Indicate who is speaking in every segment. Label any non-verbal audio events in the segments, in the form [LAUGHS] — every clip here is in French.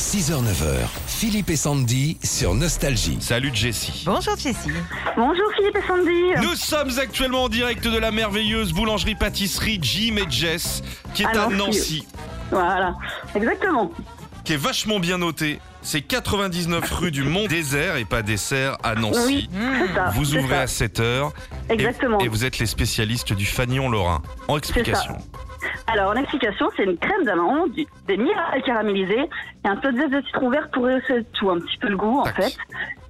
Speaker 1: 6h-9h, Philippe et Sandy sur Nostalgie.
Speaker 2: Salut Jessie.
Speaker 3: Bonjour Jessie.
Speaker 4: Bonjour Philippe et Sandy.
Speaker 2: Nous sommes actuellement en direct de la merveilleuse boulangerie-pâtisserie Jim et Jess, qui est
Speaker 4: Ah,
Speaker 2: à
Speaker 4: Nancy.
Speaker 2: Nancy,
Speaker 4: Voilà, exactement.
Speaker 2: qui est vachement bien notée. C'est 99 rue du Mont Désert et pas dessert à Nancy.
Speaker 4: Oui,
Speaker 5: Hmm.
Speaker 4: c'est ça.
Speaker 2: Hmm, Vous
Speaker 4: c'est
Speaker 2: ouvrez
Speaker 4: ça.
Speaker 2: à 7h
Speaker 4: Exactement.
Speaker 2: et, vous êtes les spécialistes du fagnon lorrain. En explication.
Speaker 4: Alors, en explication, c'est une crème d'amande, du- des miracles caramélisés et un peu de zeste de citron vert pour rehausser tout un petit peu le goût, en
Speaker 2: Tac.
Speaker 4: fait.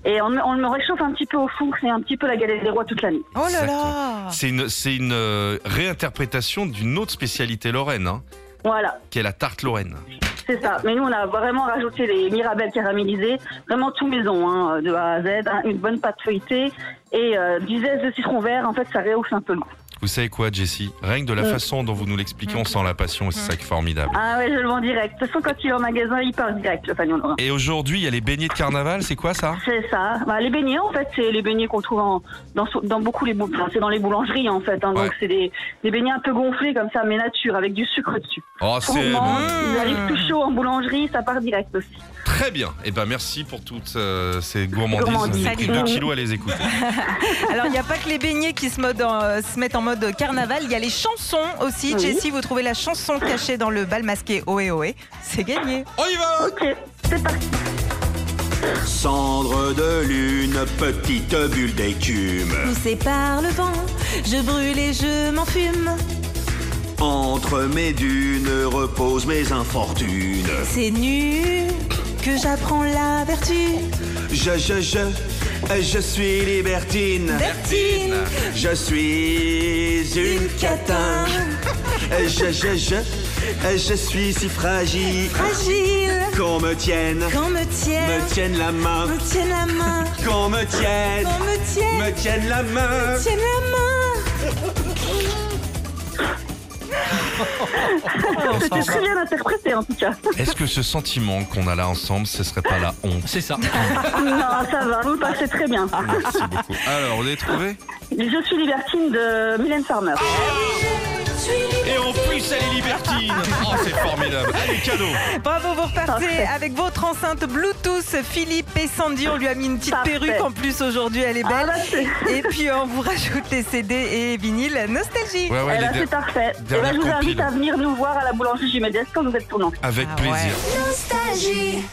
Speaker 4: Et on, on le réchauffe un petit peu au four, c'est un petit peu la galette des rois toute l'année.
Speaker 3: Oh là là
Speaker 2: C'est une, c'est une euh, réinterprétation d'une autre spécialité lorraine, hein,
Speaker 4: Voilà,
Speaker 2: qui est la tarte lorraine.
Speaker 4: c'est ça. Mais nous, on a vraiment rajouté les mirabelles caramélisées, vraiment tout maison, hein, de A à Z, hein, une bonne pâte feuilletée et euh, du zeste de citron vert, en fait, ça réhausse un peu le goût.
Speaker 2: Vous savez quoi, Jessie Rien que de la
Speaker 4: Mm.
Speaker 2: façon dont vous nous l'expliquez, on sent la passion et c'est ça qui est formidable.
Speaker 4: Ah ouais, je le vends direct. De toute façon, quand il est en magasin, il part direct, le fagnon noir.
Speaker 2: Et aujourd'hui, il y a les beignets de carnaval, c'est quoi ça
Speaker 4: C'est ça. Bah, les beignets, en fait, c'est les beignets qu'on trouve en- dans, so- dans beaucoup les bou- enfin, c'est dans les boulangeries en fait. hein.
Speaker 2: Ouais.
Speaker 4: Donc c'est des, des beignets un peu gonflés comme ça, mais nature, avec du sucre dessus.
Speaker 2: Oh,
Speaker 4: Gourmand, ils
Speaker 3: bon.
Speaker 4: arrivent tout chaud en boulangerie, ça part direct aussi.
Speaker 2: Très bien. Eh ben merci pour toutes euh, ces gourmandises.
Speaker 4: Gourmandises.
Speaker 2: J'ai pris
Speaker 4: Salut.
Speaker 2: 2 kilos à les écouter.
Speaker 3: [LAUGHS] Alors il n'y a pas que les beignets qui se, mode en- euh, se mettent en mode carnaval, il y a les chansons aussi.
Speaker 4: Oui.
Speaker 3: Jessie, vous trouvez la chanson cachée dans le bal masqué Ohé Ohé. C'est gagné.
Speaker 2: On y va
Speaker 4: Ok, c'est parti.
Speaker 6: Cendre de lune, petite bulle d'écume.
Speaker 5: poussé par le vent, je brûle et je m'enfume.
Speaker 6: Entre mes dunes reposent mes infortunes.
Speaker 5: C'est nu que j'apprends la vertu.
Speaker 6: Je, je, je, je suis libertine.
Speaker 5: Bertine,
Speaker 6: Je suis une catin. Je, je, je, je suis si fragile.
Speaker 5: fragile,
Speaker 6: Qu'on me tienne,
Speaker 5: qu'on me tienne,
Speaker 6: me tienne la main.
Speaker 5: me tienne la [LAUGHS] main,
Speaker 6: Qu'on me tienne,
Speaker 5: qu'on me tienne,
Speaker 6: me tienne la main.
Speaker 5: me tienne la main.
Speaker 2: Ah,
Speaker 4: C'était très bien interprété en
Speaker 2: [LAUGHS]
Speaker 4: tout cas.
Speaker 2: Est-ce que ce sentiment qu'on a là ensemble, ce serait pas la honte
Speaker 7: C'est ça.
Speaker 4: non, ça va, vous le passez très bien.
Speaker 2: Merci beaucoup. Alors, on est trouvé
Speaker 4: Je suis libertine de Mylène Farmer.
Speaker 2: Ah, Et en plus, elle est libertine Oh, c'est formidable Allez, cadeau
Speaker 3: Bravo, vous repartez
Speaker 4: Parfait.
Speaker 3: avec votre enceinte Bluetooth Philippe et Sandy. On lui a mis une petite
Speaker 4: Parfait.
Speaker 3: perruque en plus aujourd'hui, elle est
Speaker 4: Ah,
Speaker 3: belle.
Speaker 4: bah, c'est-
Speaker 3: Et puis on vous rajoute les CD et vinyles nostalgie.
Speaker 2: Ouais, ouais,
Speaker 4: Eh ben,
Speaker 2: les
Speaker 4: c'est
Speaker 2: der-
Speaker 4: parfait. Eh ben,
Speaker 2: dernière
Speaker 4: je vous invite
Speaker 2: compile.
Speaker 4: à venir nous voir à la boulangerie du Médès quand vous êtes tournant.
Speaker 2: Avec
Speaker 3: Ah,
Speaker 2: plaisir.
Speaker 3: ouais.
Speaker 5: Nostalgie.